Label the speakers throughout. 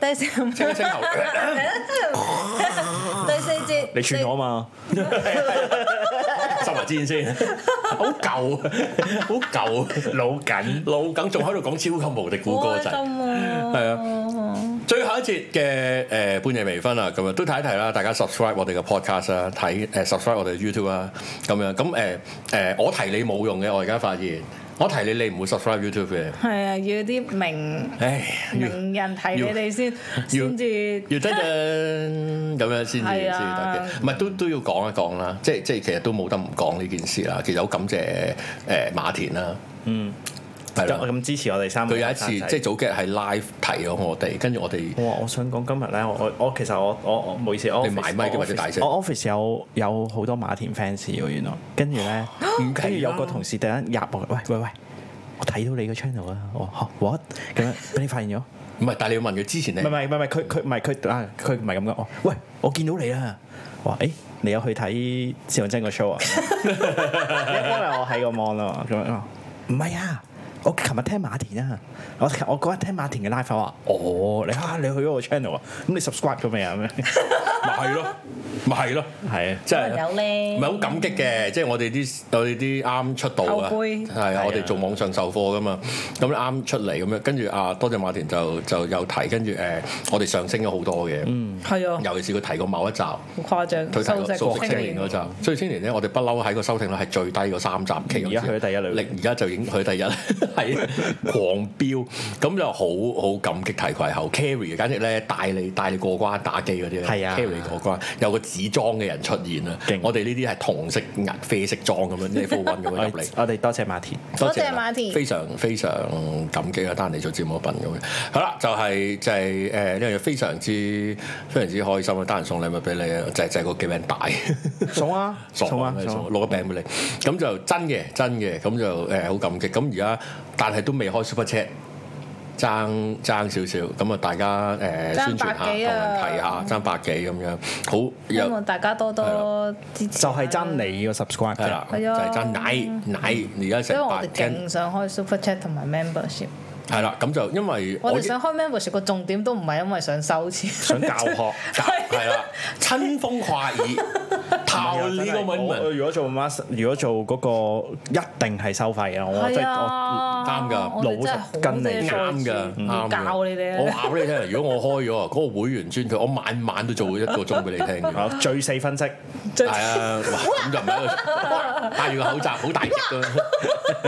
Speaker 1: 第四
Speaker 2: 清一清 喉，
Speaker 1: 第四節，
Speaker 3: 你串我啊嘛，
Speaker 2: 收埋支煙先，好舊啊，好舊啊，
Speaker 3: 老緊。
Speaker 2: 老梗仲喺度講超級無敵古歌
Speaker 1: 好開
Speaker 2: 仔。
Speaker 1: 心啊！
Speaker 2: 係最後一節嘅誒半夜微醺啊，咁樣都睇一睇啦。大家 subscribe 我哋嘅 podcast 啊，睇誒 subscribe 我哋嘅 YouTube 啊，咁樣咁誒誒，我提你冇用嘅，我而家發現，我提你你唔會 subscribe YouTube 嘅，
Speaker 1: 係啊，要啲名
Speaker 2: 唉，要
Speaker 1: 名人提你哋先，先至
Speaker 2: 要真真咁樣先至
Speaker 1: 係
Speaker 2: 先
Speaker 1: 啊
Speaker 2: 得嘅，唔係都都要講一講啦，即係即係其實都冇得唔講呢件事啦。其實好感謝誒馬田啦，
Speaker 3: 嗯，
Speaker 2: 係啦。
Speaker 3: 咁支持我哋三個
Speaker 2: 佢有一
Speaker 3: 後
Speaker 2: 次
Speaker 3: 生仔。
Speaker 2: 即係早幾日係 live 提咗我哋，跟住我哋
Speaker 3: 我話我想講今日咧，我我我其實我我我唔好意思，我
Speaker 2: 你埋咪啲或者大聲
Speaker 3: 我 office 有有好多馬田 fans 喎，原來跟住咧，
Speaker 2: 唔
Speaker 3: 跟住
Speaker 2: 緊要
Speaker 3: 有
Speaker 2: 啦
Speaker 3: 個同事突然間入我，喂喂喂，我睇到你個 channel 啊，我嚇 what 咁樣俾你發現咗。
Speaker 2: 唔係，但係你要問佢之前你
Speaker 3: 唔係唔係唔係，佢佢唔係佢啊，佢唔係咁講。我喂，我見到你啦。我話誒，你有去睇志永真個 show 啊？因為我喺個 mon 啊嘛，咁樣啊唔係啊。我琴日聽馬田啊，我我嗰日聽馬田嘅 live 我話，哦，你啊，你去咗我 channel 啊，咁你 subscribe 咗未啊？咁樣
Speaker 2: 咪係咯，咪係咯，
Speaker 3: 係啊，
Speaker 2: 即
Speaker 1: 可能
Speaker 2: 係
Speaker 1: 有。咧
Speaker 2: 唔係。好感激嘅，即係我哋啲我哋啲啱出道啊，
Speaker 1: 後輩
Speaker 2: 係啊，我哋做網上售貨噶嘛，咁啱出嚟咁樣，跟住啊多謝馬田就就有提，跟住誒我哋上升咗好多嘅，
Speaker 1: 係啊，
Speaker 2: 尤其是佢提過某一集，佢
Speaker 1: 好誇張。
Speaker 2: 提過
Speaker 1: 素
Speaker 2: 素
Speaker 1: 食
Speaker 2: 食
Speaker 1: 青
Speaker 2: 青
Speaker 1: 年
Speaker 2: 年嗰集，素食青年咧我哋不嬲喺個收聽率係最低嗰三集期嗰時，
Speaker 3: 而家去咗第一啦
Speaker 2: 力而家就已經去咗第一， 係狂飆，咁就好好感激提攜後 carry，簡直咧帶你帶你過關打機嗰啲咧
Speaker 3: 係啊
Speaker 2: ，carry 過關，有個紫裝嘅人出現啦
Speaker 3: 勁，
Speaker 2: 我哋呢啲係同色銀啡色裝咁樣 level one 咁
Speaker 3: 我
Speaker 2: 樣入 嚟
Speaker 3: 哋。我哋多謝馬田，
Speaker 1: 多謝馬田
Speaker 2: 非常非常感激啊！單你做節目嘅品咁樣，好啦，就係、就係誒呢樣嘢非常之非常之開心啊！單人送禮物俾你啊，就係、就係、個幾餅大，
Speaker 3: 送啊，送啊，送啊
Speaker 2: 攞個餅俾你，咁就真嘅真嘅，咁就誒好感激。咁而家但係都未開 super chat。爭爭少少，咁啊大家誒、宣傳下，
Speaker 1: 爭百
Speaker 2: 同
Speaker 1: 幾啊
Speaker 2: 人提下，爭百幾咁樣，好
Speaker 1: 希
Speaker 2: 有
Speaker 1: 望大家多多支持。啊
Speaker 3: 就係爭，你個 subscribe
Speaker 2: 係啦，就
Speaker 1: 係啊
Speaker 2: 係爭奶奶，而家
Speaker 1: 因為
Speaker 2: 成
Speaker 1: 我
Speaker 2: 百
Speaker 1: 哋
Speaker 2: 斤，
Speaker 1: 勁想開 Super Chat 同埋 Membership。
Speaker 2: 係啦，咁就因為
Speaker 1: 我哋
Speaker 2: 已
Speaker 1: 想開 membership 個重點都唔係因為想收錢，
Speaker 3: 想 教學。
Speaker 2: 係啦，親風化耳，靠呢個文
Speaker 3: 啊我
Speaker 2: 文
Speaker 3: 如果做 master，如果做嗰個一定係收費嘅，我
Speaker 1: 係
Speaker 3: 真係我。
Speaker 1: 啊，
Speaker 2: 啱㗎
Speaker 1: 我哋真係好
Speaker 3: 老實跟你
Speaker 1: 多謝
Speaker 2: 啱㗎，
Speaker 1: 錢要
Speaker 2: 啱㗎
Speaker 1: 教你哋
Speaker 2: 我
Speaker 1: 啊，
Speaker 2: 話俾你聽，如果我開咗啊，嗰個會員專區，我晚晚都做一個鐘俾你聽嘅。
Speaker 3: 啊，最細分析，
Speaker 1: 最
Speaker 2: 係啊，哇咁就唔喺度戴住個口罩，好大隻㗎。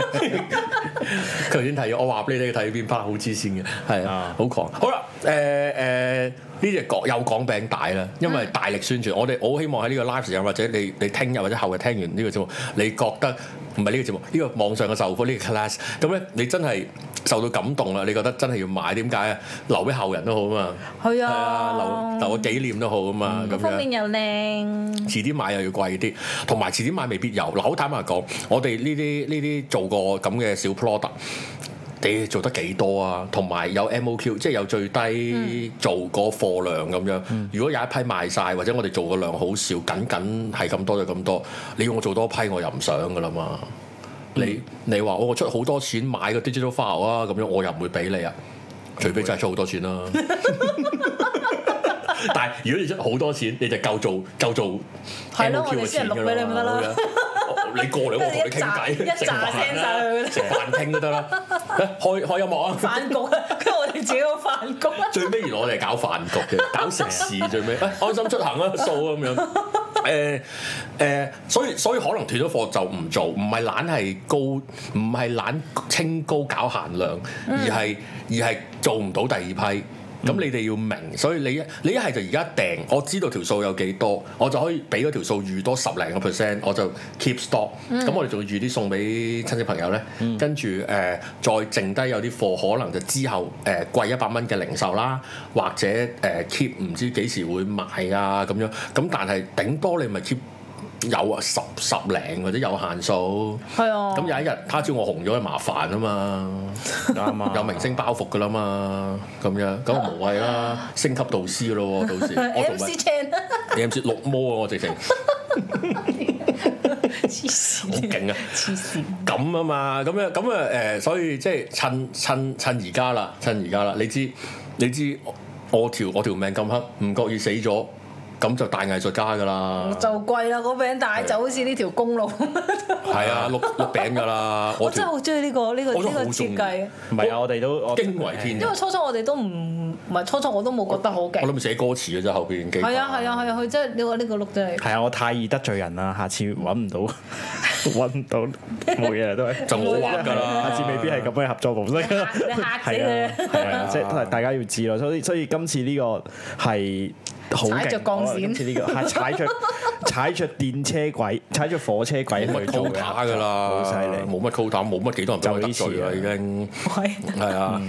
Speaker 2: 佢頭先睇咗，我話俾你聽，睇邊 part 好黐線嘅，係啊
Speaker 3: 啊，
Speaker 2: 好狂。好啦，誒誒，呢只講又講餅大啦，因為大力宣傳，我哋我好希望喺呢個 live 時間，或者你你聽日或者後日聽完呢個節目，你覺得唔係呢個節目，呢個網上嘅授課呢個 class，咁咧你真係受到感動啦，你覺得真係要買，點解啊？留俾後人都好啊嘛，
Speaker 1: 係
Speaker 2: 係啊，
Speaker 1: 啊，
Speaker 2: 留留個紀念都好啊嘛，咁
Speaker 1: 嗰
Speaker 2: 樣
Speaker 1: 方。面又靚，
Speaker 2: 遲啲買又要貴啲，同埋遲啲買未必有。嗱，好坦白講，我哋呢啲呢啲做過咁嘅小 product，你做得幾多啊？同埋有 MOQ，即係有最
Speaker 1: 嗯
Speaker 2: 低做個貨量咁樣。如果有一批賣晒，或者我哋做個量好少，僅僅係咁多就咁多。你要我做多批，我又唔想噶啦嘛。
Speaker 1: 嗯
Speaker 2: 你你話我出好多錢買個 digital file 啊，咁樣我又唔會俾你啊，除非真係出好多 錢啦。但係如果你出好多錢，你就夠做夠做
Speaker 1: 係咯
Speaker 2: MOQ 嘅錢
Speaker 1: 我哋先係錄俾你咪得啦
Speaker 2: 㗎啦。你過嚟我同你傾偈，
Speaker 1: 一紮
Speaker 2: 食
Speaker 1: 一
Speaker 2: 飯
Speaker 1: 紮聲晒佢
Speaker 2: 啦，食飯傾都得啦。 開開音樂啊！
Speaker 1: 飯 局啊，跟住我哋自己個飯局啊，
Speaker 2: 最尾原來我哋係搞飯局 嘅，搞食肆最 尾，哎安心出行啊，數啊咁 樣。誒誒、所以所以可能斷咗貨就唔做，唔係懶係高，唔係懶清高搞限量，而係而係做唔到第二批。咁你哋要明，所以你一你一係就而家訂，我知道條數有幾多，我就可以俾嗰條數預多十零個 percent，我就 keep stock。咁、我哋仲要預啲送俾親戚朋友咧，跟住誒再剩低有啲貨，可能就之後誒、呃、貴一百蚊嘅零售啦，或者誒、呃 keep 唔知幾時會賣啊咁樣。咁但係頂多你咪 keep 有啊十十零或者有限數。
Speaker 1: 係啊，
Speaker 2: 咁有一日，他朝我紅咗，麻煩啊嘛，
Speaker 3: 啱 啊，
Speaker 2: 有明星包袱噶啦嘛，咁樣咁我無謂啦，升級導師咯喎，到時我同
Speaker 1: MC Chan 啊，
Speaker 2: 你唔知綠魔啊，我直情好
Speaker 1: 黐線，
Speaker 2: 勁啊！
Speaker 1: 黐線，
Speaker 2: 咁啊嘛，咁樣咁啊誒，所以即係趁趁趁而家啦，趁而家啦，你知你知我條我條命咁黑，唔覺意死咗，咁就大藝術家㗎啦。
Speaker 1: 就貴啦，嗰餅
Speaker 2: 啊
Speaker 1: 帶就好似呢條公 路，
Speaker 2: 係啊，碌碌餅 㗎啦。
Speaker 1: 我
Speaker 2: 我
Speaker 1: 真係
Speaker 2: 條
Speaker 1: 好中意呢個呢個
Speaker 2: 我都
Speaker 1: 呢個
Speaker 2: 好中意
Speaker 1: 設計。
Speaker 3: 唔係啊，我哋都我
Speaker 2: 驚為天
Speaker 1: 因為初初我哋都唔唔係初初我都冇覺得好
Speaker 2: 我
Speaker 1: 勁，
Speaker 2: 諗寫歌詞嘅啫，後邊幾
Speaker 1: 係啊係啊係啊，佢真係呢個呢個碌真 係
Speaker 3: 係啊，我太易得罪人啦，下次揾唔到 揾唔到冇嘢啦都 係。
Speaker 2: 就我畫㗎啦。
Speaker 3: 下次未必係咁嘅合作模式。
Speaker 1: 嚇你嚇死
Speaker 3: 係啊
Speaker 1: 佢，，
Speaker 3: 係啊，即係大家要知咯。所以所以今次呢個係好勁
Speaker 1: 踩着鋼線
Speaker 3: 今次呢個係踩着 踩着電車軌、踩着火車軌
Speaker 2: 冇乜
Speaker 3: 去做
Speaker 2: quota
Speaker 3: 嘅，
Speaker 2: 㗎啦，
Speaker 3: 好犀利。
Speaker 2: 冇乜 quota，冇乜幾多人俾我得罪啦，已經
Speaker 1: 喂，
Speaker 2: 係啊。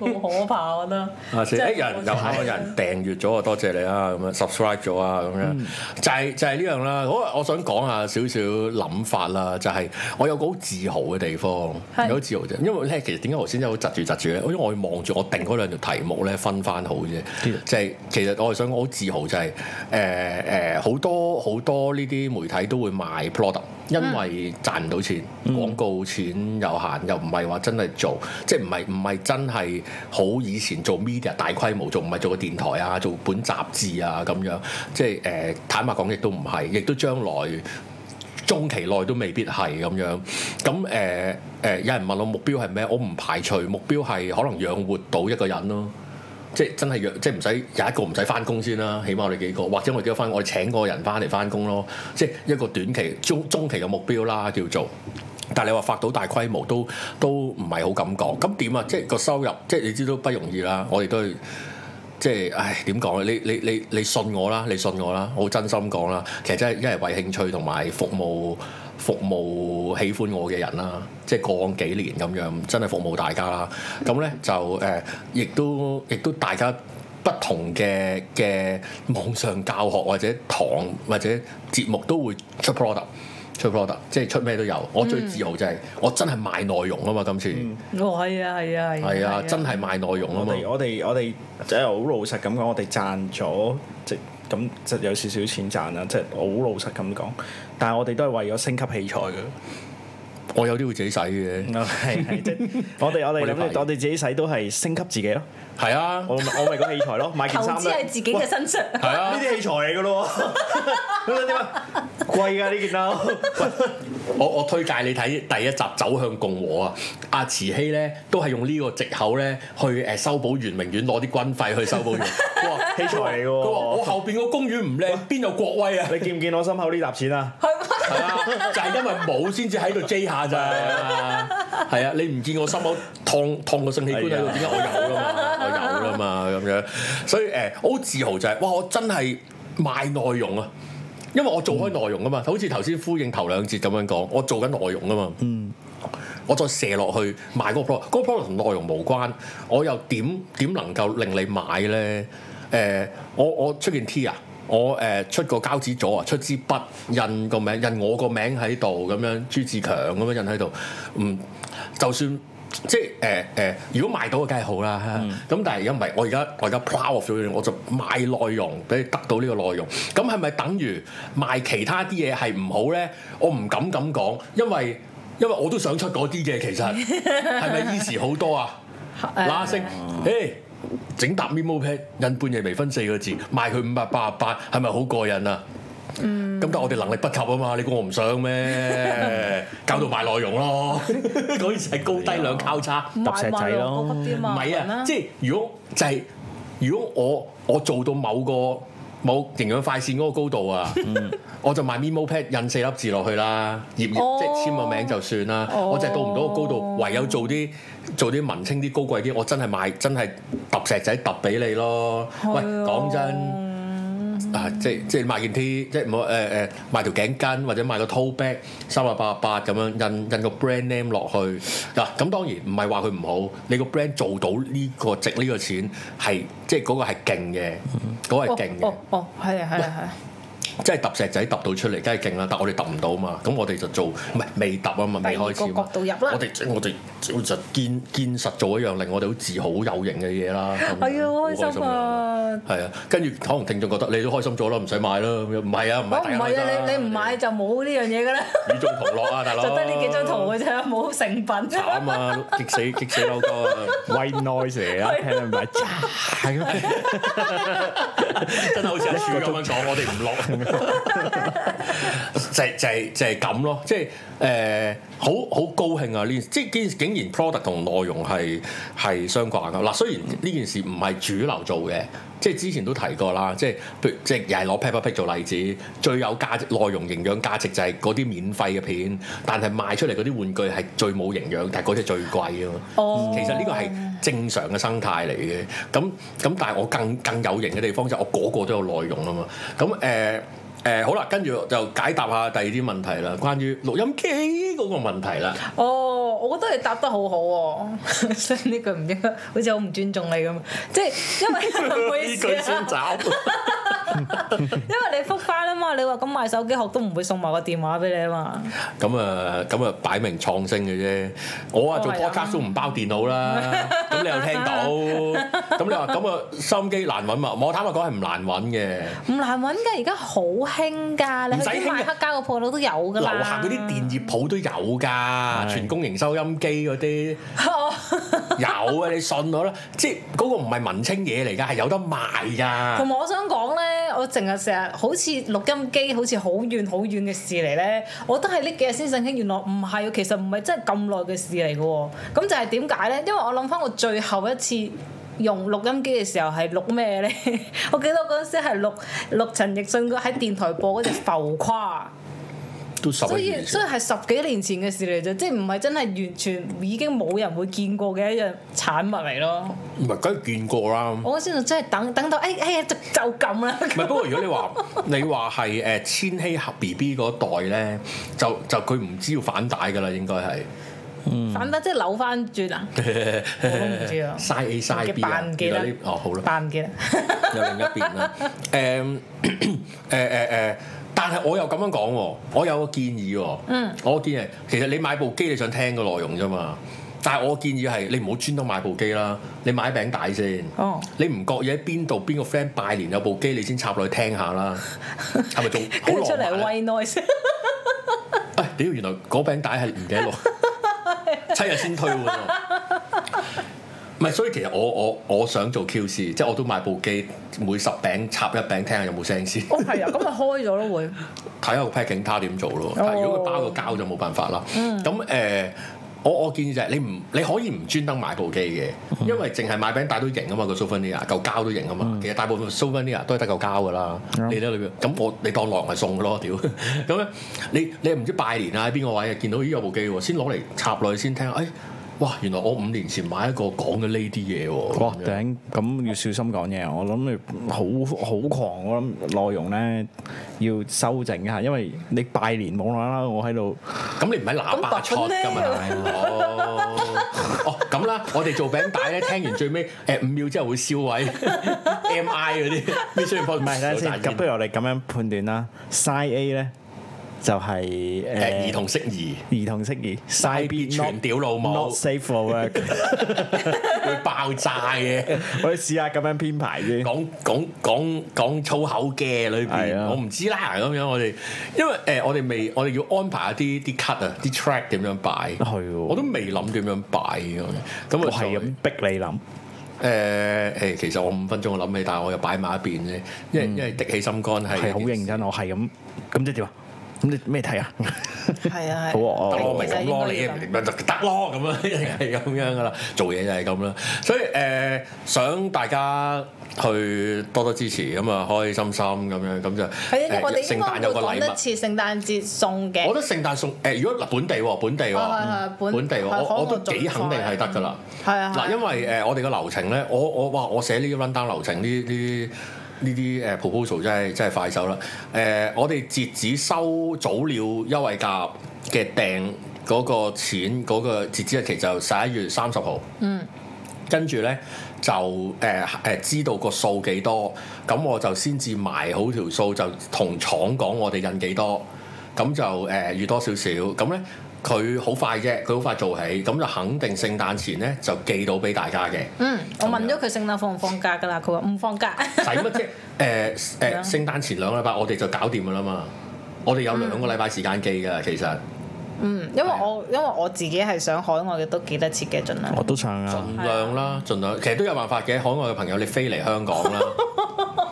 Speaker 1: 好可怕我覺得。
Speaker 2: 啊！成
Speaker 1: 真係
Speaker 2: 一人又下一人訂閱咗啊，多謝你啊，咁樣 subscribe 咗啊，咁
Speaker 1: 嗯
Speaker 2: 樣就係就係呢樣啦。好，我想講下少少諗法啦，就係我有個好自豪嘅地方，
Speaker 1: 係
Speaker 2: 有好自豪啫。因為咧，其實點解頭先有窒住窒住咧？因為我望住我定嗰兩條題目咧，分翻好啫。即係其實我係想講好自豪就係誒誒好多好多呢啲媒體都會賣 product，因為賺唔到錢，廣告錢有限，又唔係話真係做，即係唔係唔係真係好以前做 media 大規模做，唔係做個電台啊，做本雜誌啊咁樣，即係誒、呃坦白講亦都唔係，亦都將來。中期內都未必係咁樣。咁誒誒，有人問我目標係咩？我唔排除目標係可能養活到一個人咯。即係真係養，即係唔使有一個唔使翻工先啦，起碼我哋幾個，或者我哋幾個翻，我哋請個人翻嚟翻工咯，即係一個短期、中中期嘅目標啦，叫做。但係你話發到大規模都都唔係好感覺，咁點啊？即係個收入，即係你知都不容易啦，我哋都係。即係，唉，點講咧？你你你你信我啦，你信我啦，我好真心講啦。其實真係一係為興趣同埋服務服務喜歡我嘅人啦，即係過往幾年咁樣，真係服務大家啦。咁咧就誒，呃亦、都亦都大家。不同嘅嘅網上教學或者堂或者節目都會出 product 出 product，即係出咩都有。我最自豪就係我真係賣內容啊嘛，今次
Speaker 1: 哦，係啊係啊
Speaker 2: 係啊，真係賣內容啊
Speaker 3: 我
Speaker 2: 嘛。
Speaker 3: 哋我哋我哋即係好老實咁講，我哋賺咗即咁即有少少錢賺啦，即係我好老實咁講。但係我哋都係為咗升級器材
Speaker 2: 啊
Speaker 3: 嘅。
Speaker 2: 我有啲會自己使嘅。
Speaker 3: 係係即係我哋我哋諗
Speaker 2: 我哋
Speaker 3: 住我哋自己使都係升級自己咯。
Speaker 2: 係啊，
Speaker 3: 我咪我咪講器材咯，買件
Speaker 1: 投
Speaker 3: 衫
Speaker 1: 資
Speaker 3: 咧
Speaker 1: 喺自己嘅身上。
Speaker 2: 係啊
Speaker 3: 呢。啲器材嚟噶咯 喎，咁你點啊？貴㗎呢件 褸，
Speaker 2: 我我推介你睇第一集《走向共和》啊，阿慈禧咧都係用呢個藉口咧去誒修補圓明園攞啲軍費去修補完。 佢話
Speaker 3: 器材嚟㗎
Speaker 2: 佢話我
Speaker 3: 喎。
Speaker 2: 後邊個公園唔靚，邊有國威啊？
Speaker 3: 你見唔見我心口呢沓錢 啊？
Speaker 2: 係啊， 就係因為冇先至喺度 J 下咋。係啊，你唔見我心口燙燙個性器官喺度，點解我有啦嘛？我有啦嘛咁樣。所以誒，呃我好自豪就係、哇！我真係賣內容啊！因為我做開內容啊嘛，好似頭先呼應頭兩節咁樣講，我做緊內容啊嘛。我再射落去買嗰個 product，嗰個 product 同內容無關，我又點點能夠令你買咧？誒、我我出件 T 啊，我誒、出個膠紙組啊，出支筆印個名，印我個名喺度咁樣，朱志強咁樣印喺度，嗯，就算。即係誒誒，如果賣到嘅梗係好啦，咁、但係而家唔係，我而家我而家 proud of 咗，我就賣內容俾你得到呢個內容，咁係咪等於賣其他啲嘢係唔好咧？我唔敢咁講，因為因為我都想出嗰啲嘅，其實係咪 easy 好多啊？嗱聲，誒整沓 memo pad 印半夜微醺四個字，賣佢五百八十八，係咪好過癮啊？咁但係我哋能力不及啊嘛，你估我唔想咩？搞到賣內容咯， 嗰件事係高低兩交叉。
Speaker 1: 買
Speaker 3: 揼石仔咯
Speaker 1: 買落嗰級啲
Speaker 2: 唔
Speaker 1: 嘛係
Speaker 2: 係
Speaker 1: 咪
Speaker 2: 啊，即係如果就係、如果我我做到某個某營養快線嗰個高度啊，
Speaker 1: 嗯
Speaker 2: 我就買 memo pad 印四粒字落去啦，頁頁、
Speaker 1: 哦
Speaker 2: 即係簽個名就算啦。
Speaker 1: 哦
Speaker 2: 我就係到唔到個高度，唯有做啲做啲文青啲高貴啲，我真係買真係揼石仔揼俾你咯。喂，講真。
Speaker 1: 哦
Speaker 2: 啊！即係即係賣件 T，即係唔好誒誒賣條頸巾或者賣個 tote bag 三百八十八咁樣印印個 brand name 落去嗱，咁、當然唔係話佢唔好，你個 brand 做到呢、個值呢、個
Speaker 1: 哦
Speaker 2: 錢係即係嗰個係勁嘅，嗰、個係勁嘅。
Speaker 1: 哦哦，係啊係啊係啊。
Speaker 2: 即係揼石仔揼到出嚟，梗係勁啦！但我哋揼唔到嘛，咁我哋就做唔係未揼啊嘛，未開始
Speaker 1: 第二
Speaker 2: 嘛
Speaker 1: 個角度入啦
Speaker 2: 我哋我哋就就堅堅實做一樣令我哋好自豪、有型嘅嘢啦。咁樣
Speaker 1: 係啊好開心啊！
Speaker 2: 好係啊，跟住可能聽眾覺得你都開心咗啦，唔使買啦。咁樣唔係啊，唔
Speaker 1: 我
Speaker 2: 係
Speaker 1: 唔
Speaker 2: 大家都
Speaker 1: 係
Speaker 2: 得啦
Speaker 1: 啊，你你唔買就冇呢樣嘢㗎啦，
Speaker 2: 與眾同樂啊，大 佬！
Speaker 1: 就得呢幾張圖嘅啫，冇成品。
Speaker 2: 慘啊！激死激死嬲哥啊！
Speaker 3: white noise 嚟啊，聽到唔係渣咁，
Speaker 2: 真係好似阿樹咁樣講，我哋唔落，就係就係就係咁咯，即係誒好好高興啊！呢件即係竟竟然 product 同內容係係相關啊噶嗱，雖然呢件事唔係主流做嘅。即係之前都提過啦，即係譬如即係又係攞 Peppa Pig 做例子，最有價值內容營養價值就係嗰啲免費嘅片，但係賣出嚟嗰啲玩具係最冇營養，但係嗰隻最貴啊嘛。
Speaker 1: 哦
Speaker 2: 其實呢個係正常嘅生態嚟嘅。咁咁，但係我更更有型嘅地方就係我個個都有內容啊嘛。咁誒誒好啦，跟住就解答下第二啲問題啦，關於錄音機嗰個問題啦。
Speaker 1: 哦，我覺得你答得好好、喎，所以呢句唔應該，好似好唔尊重你咁。即係因 為唔好意
Speaker 2: 呢
Speaker 1: 思
Speaker 2: 句先
Speaker 1: 啊
Speaker 2: 找，
Speaker 1: 因為你復翻啊嘛，你話咁賣手機殼都唔會送埋個電話俾你啊嘛。
Speaker 2: 咁啊咁啊擺明創新嘅啫。我啊做
Speaker 1: 哦係啊
Speaker 2: podcast 都唔包電腦啦，咁你又聽到，咁你話咁啊收音機難揾嘛？我坦白講係唔難揾嘅。
Speaker 1: 唔難揾㗎，而家好興㗎，你去
Speaker 2: 唔使
Speaker 1: 啲
Speaker 2: 興㗎
Speaker 1: 賣黑膠嘅鋪頭都有㗎啦。
Speaker 2: 樓下嗰啲電業鋪都有㗎，全公營收音機嗰啲。
Speaker 1: 哦，
Speaker 2: 有啊，你信我啦，即係嗰個唔係文青嘢嚟㗎，係有得賣
Speaker 1: 同
Speaker 2: 㗎。
Speaker 1: 埋我想講咧，我成日成日好似錄音機好似好遠好遠嘅事嚟咧，我都係呢幾日先醒起，原來唔係喎，其實唔係真係咁耐嘅事嚟嘅喎。咁就係點解咧？因為我諗翻我最後一次。用錄音機嘅時候係錄咩咧？ 我記得我嗰陣時係錄錄陳奕迅嗰喺電台播嗰隻浮誇。
Speaker 2: 都十
Speaker 1: 所
Speaker 2: 一
Speaker 1: 以
Speaker 2: 年
Speaker 1: 所以係十幾年前嘅事嚟啫，即係唔係真係完全已經冇人會見過嘅一樣產物嚟咯。
Speaker 2: 唔係梗係見過啦。唔
Speaker 1: 我嗰時就真係等等到，哎哎呀就就咁啦。
Speaker 2: 係不過如果你話 你話係誒千禧合 B B 嗰代咧，就就佢唔知要反帶㗎啦，應該係
Speaker 1: 反得即係扭翻轉啊！嗯我都唔知 啊，
Speaker 2: 嘥 A 嘥 B 啊
Speaker 1: 扮唔，記
Speaker 2: 原
Speaker 1: 得
Speaker 2: 來呢哦好啦。
Speaker 1: 扮唔記得。
Speaker 2: 有另一邊啦。誒誒誒誒，但係我又咁樣講喎，我有個建議喎。嗯，我建議其實你買部機你想聽個內容啫嘛。但係我建議係你唔好專登買部機啦，你買餅帶先。
Speaker 1: 哦
Speaker 2: 你唔覺意喺邊度邊個 friend 拜年有部機，你先插落去聽下啦。係咪仲
Speaker 1: 跟住出
Speaker 2: 好
Speaker 1: 嚟
Speaker 2: 浪漫呢啊
Speaker 1: 威 noise，
Speaker 2: 哎，屌！原來嗰餅帶係唔記得攞，七日先退換喎。唔係，所以其實我我我想做 QC，即係我都買部機，每十餅插一餅，聽下有冇聲先，
Speaker 1: 哦係啊，咁咪開咗咯會。
Speaker 2: 睇下個 packing 他點做咯。但係如果佢包個膠就冇辦法啦。咁誒、我我建議就係你唔你可以唔專登買部機嘅，因為淨係買餅帶都型啊嘛，個 souvenir 嚿膠都型啊嘛。其實大部分 souvenir 都係得嚿膠噶啦，你咧裏邊咁我你當狼係送嘅咯，屌 咁咧你你又唔知拜年啊喺邊個位啊，見到咦有部機喎，先攞嚟插落去先聽，誒、哎、哇原來我五年前買一個講嘅呢啲嘢喎，
Speaker 3: 哇
Speaker 2: 咁樣
Speaker 3: 頂！咁要小心講嘢，我諗你好好狂，我諗內容咧要修正一下，因為你拜年冇啦啦，我喺度
Speaker 2: 咁你唔係喇叭出㗎嘛？
Speaker 1: 咁
Speaker 2: 大佬哦，咁啦，我哋做餅帶咧，聽完最尾誒五秒之後會燒毀 M I 嗰啲 Mission Impossible
Speaker 3: 唔係等陣
Speaker 2: 大
Speaker 3: 先，咁
Speaker 2: 煙
Speaker 3: 不如我哋咁樣判斷啦。Side A 咧就係
Speaker 2: 誒兒
Speaker 3: 誒
Speaker 2: 童適宜，
Speaker 3: 兒童適宜，Side B
Speaker 2: 全
Speaker 3: not
Speaker 2: 屌老
Speaker 3: not
Speaker 2: 母
Speaker 3: safe for work。
Speaker 2: 會爆炸嘅，
Speaker 3: 我哋試下咁樣編排先。
Speaker 2: 講講講講粗口嘅裏
Speaker 3: 係
Speaker 2: 邊，
Speaker 3: 啊
Speaker 2: 我唔知啦咁樣。我哋因為誒我哋未，我哋要安排一啲啲 cut 啊，啲 track 點樣擺，
Speaker 3: 係喎
Speaker 2: 我都未諗點樣擺咁樣。咁
Speaker 3: 我
Speaker 2: 我
Speaker 3: 係咁逼你
Speaker 2: 誒
Speaker 3: 諗，
Speaker 2: 誒、其實我五分鐘我諗起，但係我又擺埋一邊啫，因為、因為滴起心肝係
Speaker 3: 嗯係好認真，我係咁，咁即係點啊？咁你咩 睇啊？
Speaker 1: 係啊係。
Speaker 3: 好啊
Speaker 2: 但我咪
Speaker 1: 其實
Speaker 2: 哦咁
Speaker 1: 應該
Speaker 2: 咯，你
Speaker 1: 要
Speaker 2: 咪咪就得咯，咁樣一 定係咁樣噶啦，做嘢就係咁啦。所以誒、想大家去多多支持咁啊，開開心心咁樣咁就
Speaker 1: 係啊，
Speaker 2: 誒
Speaker 1: 我哋
Speaker 2: 聖
Speaker 1: 應該
Speaker 2: 誕有
Speaker 1: 會
Speaker 2: 個
Speaker 1: 講
Speaker 2: 禮
Speaker 1: 得
Speaker 2: 物。
Speaker 1: 似聖誕節送嘅
Speaker 2: 我。覺得聖誕送誒、如果嗱本地喎，本地喎，
Speaker 1: 哦係係
Speaker 2: 嗯
Speaker 1: 本
Speaker 2: 本地喎，
Speaker 1: 係
Speaker 2: 我我
Speaker 1: 可
Speaker 2: 都
Speaker 1: 能
Speaker 2: 幾肯定係得㗎啦。
Speaker 1: 係啊係
Speaker 2: 嗱，
Speaker 1: 啊
Speaker 2: 因為誒、我哋嘅流程咧，我我哇，我寫呢啲 run down 流程呢呢呢啲誒 proposal 真係真係快手啦。誒、我哋截止收早鳥優惠價嘅訂嗰個錢嗰、個截止日期就十一月三十號。
Speaker 1: 嗯。
Speaker 2: 跟住咧就誒誒、呃呃知道個數幾多，咁我就先至埋好條數，就同廠講我哋印幾多，咁就誒、呃、預多少少，咁咧佢好快啫，佢好快做起，咁就肯定聖誕前咧就寄到俾大家嘅。
Speaker 1: 嗯，我問咗佢聖誕放唔放假㗎啦，佢話唔放 假。
Speaker 2: 使乜啫？誒誒，聖誕前兩個禮拜我哋就搞掂㗎啦嘛，我哋有兩個禮拜時間寄㗎，其實
Speaker 1: 嗯， 因為我因為我自己係想海外嘅都記得切嘅，盡量
Speaker 3: 我。都想啊，
Speaker 2: 盡量啦，盡量，其實都有辦法嘅。海外嘅朋友，你飛嚟香港啦，
Speaker 1: 我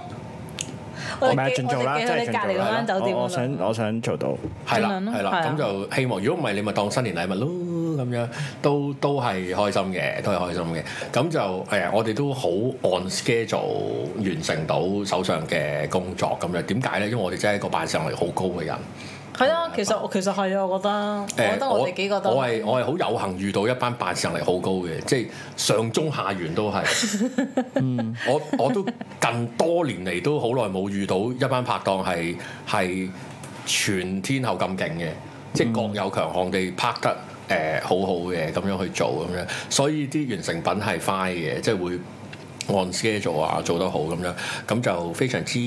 Speaker 3: 我
Speaker 1: 哋
Speaker 3: 咪
Speaker 1: 寄
Speaker 3: 盡
Speaker 1: 我
Speaker 3: 做啦，
Speaker 1: 哋寄
Speaker 3: 真
Speaker 1: 去
Speaker 3: 係
Speaker 1: 你
Speaker 3: 盡
Speaker 1: 隔離嗰
Speaker 3: 做啦
Speaker 1: 間。酒
Speaker 3: 我
Speaker 1: 店啊
Speaker 3: 我
Speaker 1: 㗎
Speaker 3: 想
Speaker 1: 啦。
Speaker 3: 我想做到，
Speaker 2: 係
Speaker 1: 盡
Speaker 2: 啦
Speaker 1: 量咯
Speaker 2: 係
Speaker 1: 係
Speaker 2: 啦，
Speaker 1: 啊
Speaker 2: 咁就希望，如果唔係你咪當新年禮物咯，咁樣都都係開心嘅，都係開心嘅。咁就誒，我哋都好 on schedule 完成到手上嘅工作咁樣。點解咧？因為我哋真係一個辦事能力好高嘅人。
Speaker 1: 係啊，其實我其實係啊，我覺得，我覺得我哋幾個都
Speaker 2: 我係我係好有幸遇到一班辦事能力好高 嘅，即係上中下元都係。
Speaker 1: 嗯
Speaker 2: 我我都近多年嚟都好耐冇遇到一班拍檔係係全天候咁勁嘅，即
Speaker 1: 嗯
Speaker 2: 係各有強項地拍得誒、呃好好嘅咁樣去做咁樣，所以啲完成品係快嘅，即係會。按 schedule 啊，做得好咁樣，咁就非常之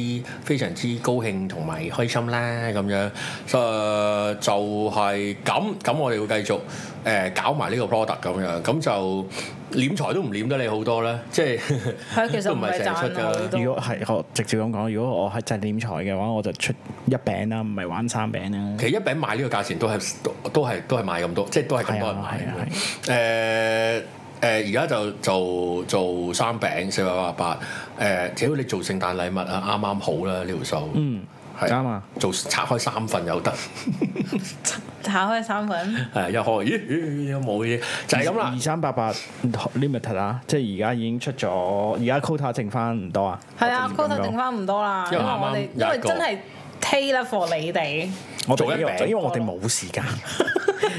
Speaker 2: 非常之高興同埋開心啦咁樣。誒、就係咁，咁我哋會繼續誒、呃搞埋呢個 product 咁樣，咁就斂財都唔斂得你好多啦，即係
Speaker 1: 係啊其實
Speaker 2: 都
Speaker 1: 唔
Speaker 2: 唔
Speaker 1: 係
Speaker 2: 係
Speaker 1: 賺
Speaker 2: 成日出㗎
Speaker 1: 啊
Speaker 2: 啦
Speaker 1: 我都
Speaker 3: 如果係我直接咁講，如果我係真係斂財嘅話，我就出一餅啦，唔係玩三餅啦。
Speaker 2: 其實一餅買呢個價錢都係都都係都係買咁多，即係都係咁
Speaker 3: 係
Speaker 2: 多人
Speaker 3: 啊，係啊，
Speaker 2: 買
Speaker 3: 係啊。
Speaker 2: 嘅。誒誒，而家就做做三餅四百八十八。誒，只要你做聖誕禮物啊，啱啱好啦呢條數。
Speaker 3: 嗯，
Speaker 2: 係
Speaker 3: 啱啊。
Speaker 2: 做拆開三份又得，
Speaker 1: 打開三份，
Speaker 2: 係一開咦咦咦冇嘢，就係咁啦
Speaker 3: 二。三八八 limit 啊，即係而家已經出咗，而家 quota 剩翻唔多啊。
Speaker 1: 係啊
Speaker 3: 我直接咁
Speaker 1: ，quota
Speaker 3: 講
Speaker 1: 定翻唔多啦，因
Speaker 2: 因
Speaker 1: 為
Speaker 2: 為
Speaker 1: 我哋
Speaker 2: 啱啱
Speaker 1: 因
Speaker 2: 有
Speaker 1: 為
Speaker 2: 一個
Speaker 1: 真係 tailor for 你哋，
Speaker 3: 我
Speaker 2: 做
Speaker 3: 做
Speaker 2: 一
Speaker 3: 一
Speaker 2: 餅
Speaker 3: 餅，因為我哋冇時間。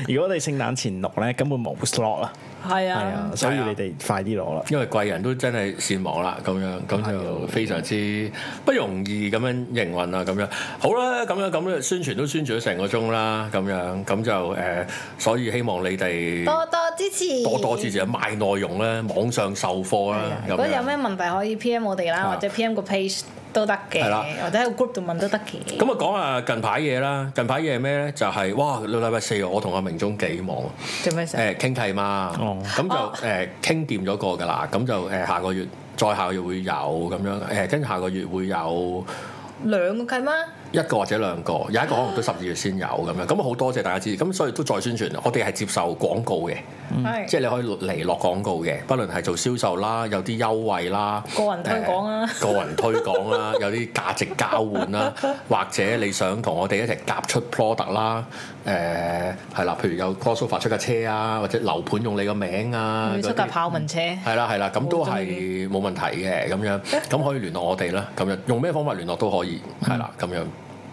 Speaker 3: 如果我哋聖誕前錄咧，根本冇 slot 啦。
Speaker 1: 係
Speaker 3: 係
Speaker 1: 啊
Speaker 3: 啊，，所以你哋快啲攞啦。
Speaker 2: 因為貴人都真係善忘啦，咁樣咁
Speaker 3: 啊
Speaker 2: 就非常之不容易咁樣營運啊啦，咁樣好啦，咁樣啊咁樣宣傳都宣傳咗成個鐘啦，咁樣咁就誒、呃所以希望你哋
Speaker 1: 多多支持，
Speaker 2: 多多支持啊賣內容啦，網上售貨啦，啊
Speaker 1: 啊如
Speaker 2: 咁
Speaker 1: 果有
Speaker 2: 樣。
Speaker 1: 咩問題可以 PM 我哋啦，
Speaker 2: 啊
Speaker 1: 或者 PM 個 page 都得嘅
Speaker 2: 係啦，
Speaker 1: 或者喺個 group 度問都得嘅。
Speaker 2: 咁啊，講下近排嘢啦，近排嘢係咩咧？就係、哇，禮拜四我同阿明忠幾忙啊！
Speaker 1: 做咩事？
Speaker 2: 誒傾契嘛，
Speaker 3: 哦
Speaker 2: 咁就誒傾掂咗個㗎啦，咁就誒下個月再下個月會有咁樣，誒跟住下個月會有
Speaker 1: 兩個契媽，
Speaker 2: 一個或者兩個，有一個可能都十二月先有咁樣，咁好多謝大家支持，咁所以都再宣傳，我哋係接受廣告嘅，嗯即
Speaker 1: 係
Speaker 2: 係你可以嚟落廣告嘅，不論係做銷售啦，有啲優惠啦，
Speaker 1: 個人推廣啊
Speaker 2: 誒個人推 廣啦，有啲價值交換啦，或者你想同我哋一齊夾出 product 啦，誒係啦，譬如有 crossover 出架車啊，或者樓盤用你個名啊，
Speaker 1: 嗯要出
Speaker 2: 嗰
Speaker 1: 架
Speaker 2: 啲嗯
Speaker 1: 豹紋車，
Speaker 2: 係啦係啦，咁都
Speaker 1: 好鍾
Speaker 2: 係冇問題嘅咁樣，咁可以聯絡我哋啦，咁樣用咩方法聯絡都可以，係啦咁樣。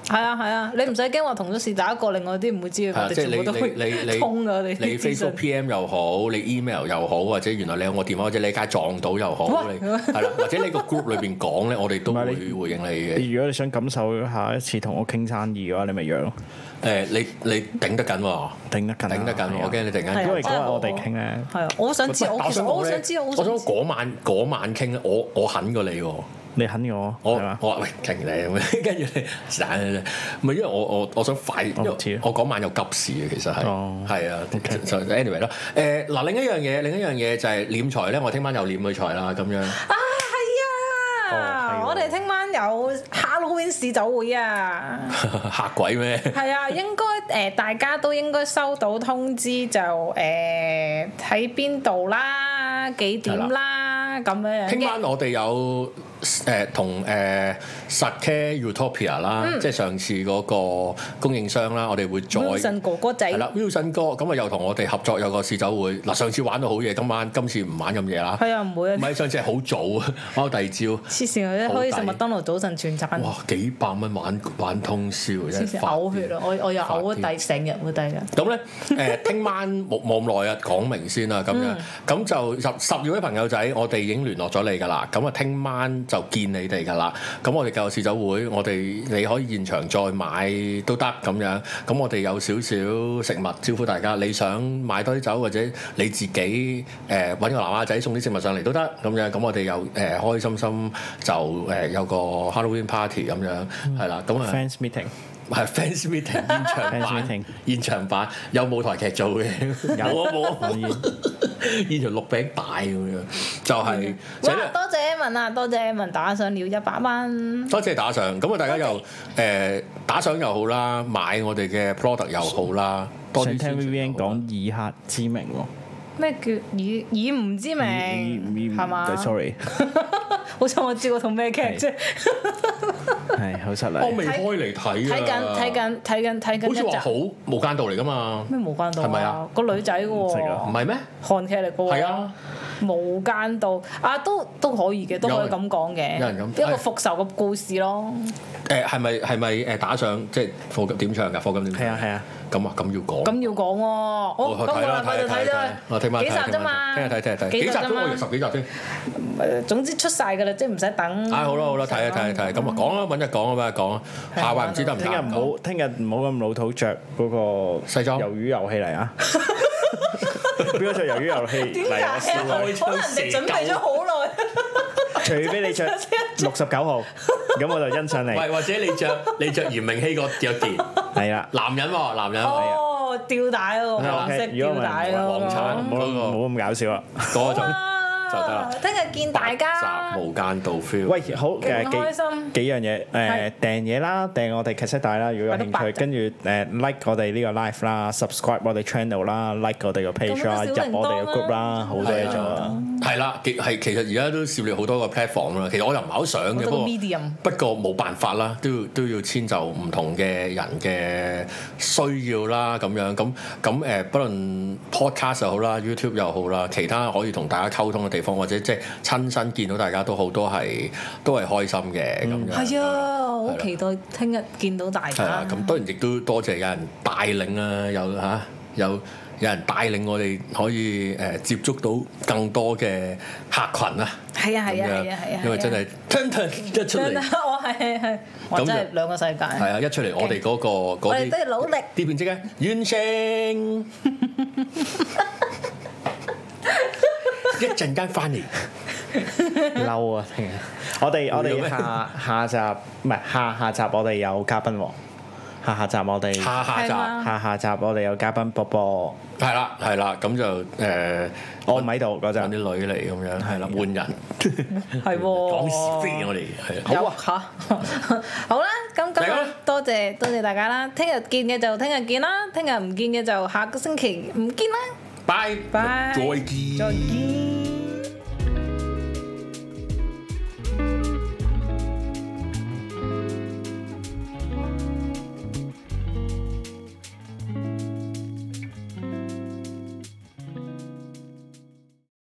Speaker 1: 係啊係啊，你唔使驚話同咗是打一個，另外啲唔會知
Speaker 2: 係
Speaker 1: 嘅，
Speaker 2: 啊
Speaker 1: 我哋
Speaker 2: 即係
Speaker 1: 全部都
Speaker 2: 你你你
Speaker 1: 會通㗎，你
Speaker 2: 你
Speaker 1: 啲資訊。
Speaker 2: Facebook PM 又好，你 email 又好，或者原來你有我電話，或者你喺街撞到又好，
Speaker 1: 喂
Speaker 2: 你係啦，或者你個 group 裏邊講咧，我哋都
Speaker 3: 唔
Speaker 2: 會
Speaker 3: 係你
Speaker 2: 回應你嘅。
Speaker 3: 你如果你想感受下一次同我傾生意嘅話，你咪約咯，
Speaker 2: 誒，你你頂得緊喎，
Speaker 3: 頂得緊啊，
Speaker 2: 頂得緊喎，
Speaker 3: 係啊
Speaker 2: 我驚你突然
Speaker 1: 係啊
Speaker 2: 間
Speaker 3: 因為嗰
Speaker 1: 真係
Speaker 3: 日
Speaker 1: 好
Speaker 3: 我哋傾咧，
Speaker 1: 係啊，我好想知，
Speaker 2: 喂
Speaker 1: 我
Speaker 2: 但
Speaker 1: 其實我好
Speaker 2: 講
Speaker 1: 想
Speaker 2: 咧
Speaker 1: 知，我好
Speaker 2: 我想
Speaker 1: 想知。
Speaker 2: 嗰晚嗰晚傾咧，我我肯過你喎。
Speaker 3: 你肯我
Speaker 2: 我
Speaker 3: 係嘛？
Speaker 2: 我話喂勁你咁樣， 跟住你是但啦唔係因為我我我想快，因
Speaker 3: 我唔
Speaker 2: 為
Speaker 3: 知啊
Speaker 2: 我嗰晚有急事嘅，其實係
Speaker 3: 哦
Speaker 2: 係啊，就 anyway 啦。誒嗱，另一樣嘢，另一樣嘢就係斂財咧，我聽晚又斂佢財啦，咁 樣
Speaker 1: 啊，係啊！
Speaker 3: 哦係喎
Speaker 1: 我哋聽晚有 Halloween 市酒會啊！
Speaker 2: 嚇鬼咩？
Speaker 1: 係 啊，應該誒、呃大家都應該收到通知就誒喺邊度啦，幾點啦咁樣樣
Speaker 2: 聽
Speaker 1: 嘅。
Speaker 2: 晚我哋有誒同誒 Sake Utopia 啦，
Speaker 3: 嗯
Speaker 2: 即係上次嗰個供應商啦，我哋會再
Speaker 1: Wilson 哥哥仔
Speaker 2: 係啦，Wilson 哥咁啊又同我哋合作有個試酒會。嗱，上次玩到好夜，今晚今次唔玩咁夜啦。
Speaker 1: 係啊，唔會
Speaker 2: 唔
Speaker 1: 啊，
Speaker 2: 係上次係好早啊，玩到第二朝。
Speaker 1: 黐線佢可以食
Speaker 2: 好抵
Speaker 1: 麥當勞早晨全餐，
Speaker 2: 哇！幾百蚊玩玩通宵，
Speaker 1: 黐
Speaker 2: 真係
Speaker 1: 線
Speaker 2: 發
Speaker 1: 嘔血啊！我我又嘔
Speaker 2: 發
Speaker 1: 咗第成日喎，第日。
Speaker 2: 咁咧， 誒，聽晚冇冇咁耐啊，講明先啦，咁樣，咁就十十二位朋友仔，我哋已經聯絡咗你噶啦，咁啊，聽晚就見你哋㗎啦。咁我哋舊市酒會，我哋你可以現場再買都得咁樣。咁我哋有少少食物招呼大家，你想買多啲酒或者你自己誒揾、個男亞仔送啲食物上嚟都得咁樣。咁我哋又誒、開開心心就誒、有個 Halloween party 咁樣，係啦、咁啊。
Speaker 3: fans meeting
Speaker 2: 係 fans meeting 現場
Speaker 3: Fans
Speaker 2: 版
Speaker 3: meeting，
Speaker 2: 現場版有舞台劇做嘅，冇啊冇啊，現場錄餅帶咁樣，就
Speaker 3: 嗯
Speaker 2: 係就係
Speaker 1: 哇！多謝 Evan 啊，多謝 Evan 打上了一百蚊。
Speaker 2: 多謝打賞，咁啊大家又誒打賞又好啦，買我哋嘅 product 又好啦，多
Speaker 3: 想
Speaker 2: 啲
Speaker 3: 聽
Speaker 2: 宣傳
Speaker 3: Vivian
Speaker 2: 又好啦
Speaker 3: 講以客之名喎，
Speaker 1: 咩叫以以唔知名係嘛？
Speaker 3: ？sorry，
Speaker 1: 好彩我知嗰套咩劇啫。
Speaker 3: 係好失
Speaker 2: 我
Speaker 3: 禮。
Speaker 2: 未開嚟睇
Speaker 1: 睇緊
Speaker 2: 啊，
Speaker 1: 睇緊睇緊睇緊
Speaker 2: 好似
Speaker 1: 一
Speaker 2: 話好
Speaker 1: 集
Speaker 2: 無間道嚟㗎嘛，
Speaker 1: 咩無間道
Speaker 2: 係咪啊？
Speaker 1: 個女仔嘅
Speaker 3: 唔識
Speaker 2: 唔
Speaker 3: 啊
Speaker 1: 喎，
Speaker 2: 係咩？
Speaker 1: 韓劇嚟嘅喎。
Speaker 2: 係啊，
Speaker 1: 無間道啊，都都可以嘅，都可以咁講嘅。
Speaker 2: 有人咁哎
Speaker 1: 一個復仇嘅故事咯。
Speaker 2: 誒係咪係咪誒打賞即係課金點唱㗎？課金點唱
Speaker 3: 係啊係啊，
Speaker 2: 咁啊咁要講。
Speaker 1: 哦咁要講喎，我
Speaker 2: 我
Speaker 1: 今個禮拜就睇
Speaker 2: 我聽晚
Speaker 1: 咗幾集啫嘛，
Speaker 2: 聽日睇聽日睇，
Speaker 1: 幾
Speaker 2: 幾
Speaker 1: 集
Speaker 2: 集
Speaker 1: 啫
Speaker 2: 都我
Speaker 1: 嘛嗯
Speaker 2: 完。十幾集添。
Speaker 1: 誒總之出晒㗎啦，即係唔使等。
Speaker 2: 唉，好啦好啦，睇啊睇啊睇啊，咁啊講啦，揾日講啊，揾日講啊，下話唔知得唔得？
Speaker 3: 聽日唔好，聽日唔好咁老土着嗰個
Speaker 2: 西裝
Speaker 3: 魷魚遊戲嚟啊！邊個着魷魚遊戲
Speaker 1: 點
Speaker 3: 嚟啊？
Speaker 1: 解啊？可能人哋準備咗好耐。
Speaker 3: 除非你着六十九號，咁我就欣賞
Speaker 2: 喂，
Speaker 3: 你。
Speaker 2: 或者你 着你着嚴明熙個著件，
Speaker 3: 係啦，
Speaker 2: 男人喎，男人喎，
Speaker 1: 哦，吊帶喎，
Speaker 3: 啊
Speaker 1: 黃色
Speaker 3: OK，如果唔
Speaker 1: 吊
Speaker 3: 係
Speaker 1: 帶
Speaker 2: 黃
Speaker 1: 喎。
Speaker 2: 橙
Speaker 3: 唔好咁唔好咁搞笑啦。啊
Speaker 2: 嗰個就
Speaker 1: 哇
Speaker 2: 就得啦。
Speaker 1: 啊聽日見大家
Speaker 2: 集。無間道 feel。
Speaker 3: 喂，好誒
Speaker 1: 勁開心
Speaker 3: 幾幾樣嘢誒
Speaker 1: 係
Speaker 3: 訂嘢啦，訂我哋 cassette 帶啦，如果有興
Speaker 1: 買
Speaker 3: 趣，
Speaker 1: 到白
Speaker 3: 跟住誒 like 我哋呢個 live 啦，subscribe 我哋 channel 啦，like 我哋個 page 啦，
Speaker 1: 咁多小
Speaker 3: 入我哋
Speaker 1: 鈴
Speaker 3: 個
Speaker 1: 鐺
Speaker 3: group 啦，
Speaker 1: 啦
Speaker 3: 好多嘢做啊！
Speaker 2: 係啦，其係其實而家都涉獵好多個 platform 啦。其實我又唔係好想嘅，
Speaker 1: 好
Speaker 2: 不
Speaker 1: 多個
Speaker 2: 過
Speaker 1: medium
Speaker 2: 不過冇辦法啦，都要都要遷就唔同嘅人嘅需要啦，咁樣咁咁誒，不論 podcast 又好啦，YouTube 又好啦，其他可以同大家溝通嘅地方，或者即係親身見到大家都好多係都係開心嘅咁樣。
Speaker 1: 係啊，我好期待聽日見到大
Speaker 2: 係啊
Speaker 1: 家，。
Speaker 2: 咁當然亦都多謝有人帶領啦，有嚇、有有人帶領我哋可以誒、接觸到更多嘅客群啦。
Speaker 1: 係啊，係啊，
Speaker 2: 咁樣
Speaker 1: 係啊，係啊。
Speaker 2: 因為真係 turn turn 一出
Speaker 1: 真啊係，
Speaker 2: 嚟，
Speaker 1: 我係係係，
Speaker 2: 咁
Speaker 1: 我
Speaker 2: 就
Speaker 1: 真係兩個世界。
Speaker 2: 係啊，一出嚟我哋嗰個
Speaker 1: 我
Speaker 2: 嗰
Speaker 1: 哋
Speaker 2: 啲
Speaker 1: 都要 努力。
Speaker 2: 啲啊變即刻完成。一陣間 翻嚟，
Speaker 3: 嬲啊！聽日我 哋我
Speaker 2: 會嘅
Speaker 3: 哋
Speaker 2: 咩
Speaker 3: 下下集唔係下下集我哋有嘉賓喎，下下集我哋
Speaker 2: 下下
Speaker 1: 係
Speaker 2: 集
Speaker 1: 嗎
Speaker 3: 下下集我哋有嘉賓波波，
Speaker 2: 係啦係啦，咁就誒
Speaker 3: 我唔喺度嗰
Speaker 2: 揾啲
Speaker 3: 陣，
Speaker 2: 女嚟咁樣，係
Speaker 1: 啊
Speaker 2: 啦，換人
Speaker 1: 係喎。
Speaker 2: 講是非，我哋係啊
Speaker 1: 有嚇， 好啦，咁今
Speaker 2: 嚟
Speaker 1: 日
Speaker 2: 啦
Speaker 1: 多謝多謝大家啦，聽日見嘅就聽日見啦，聽日唔見嘅就下個星期唔見啦，
Speaker 2: 拜
Speaker 1: 拜
Speaker 2: 再見
Speaker 1: 再。見。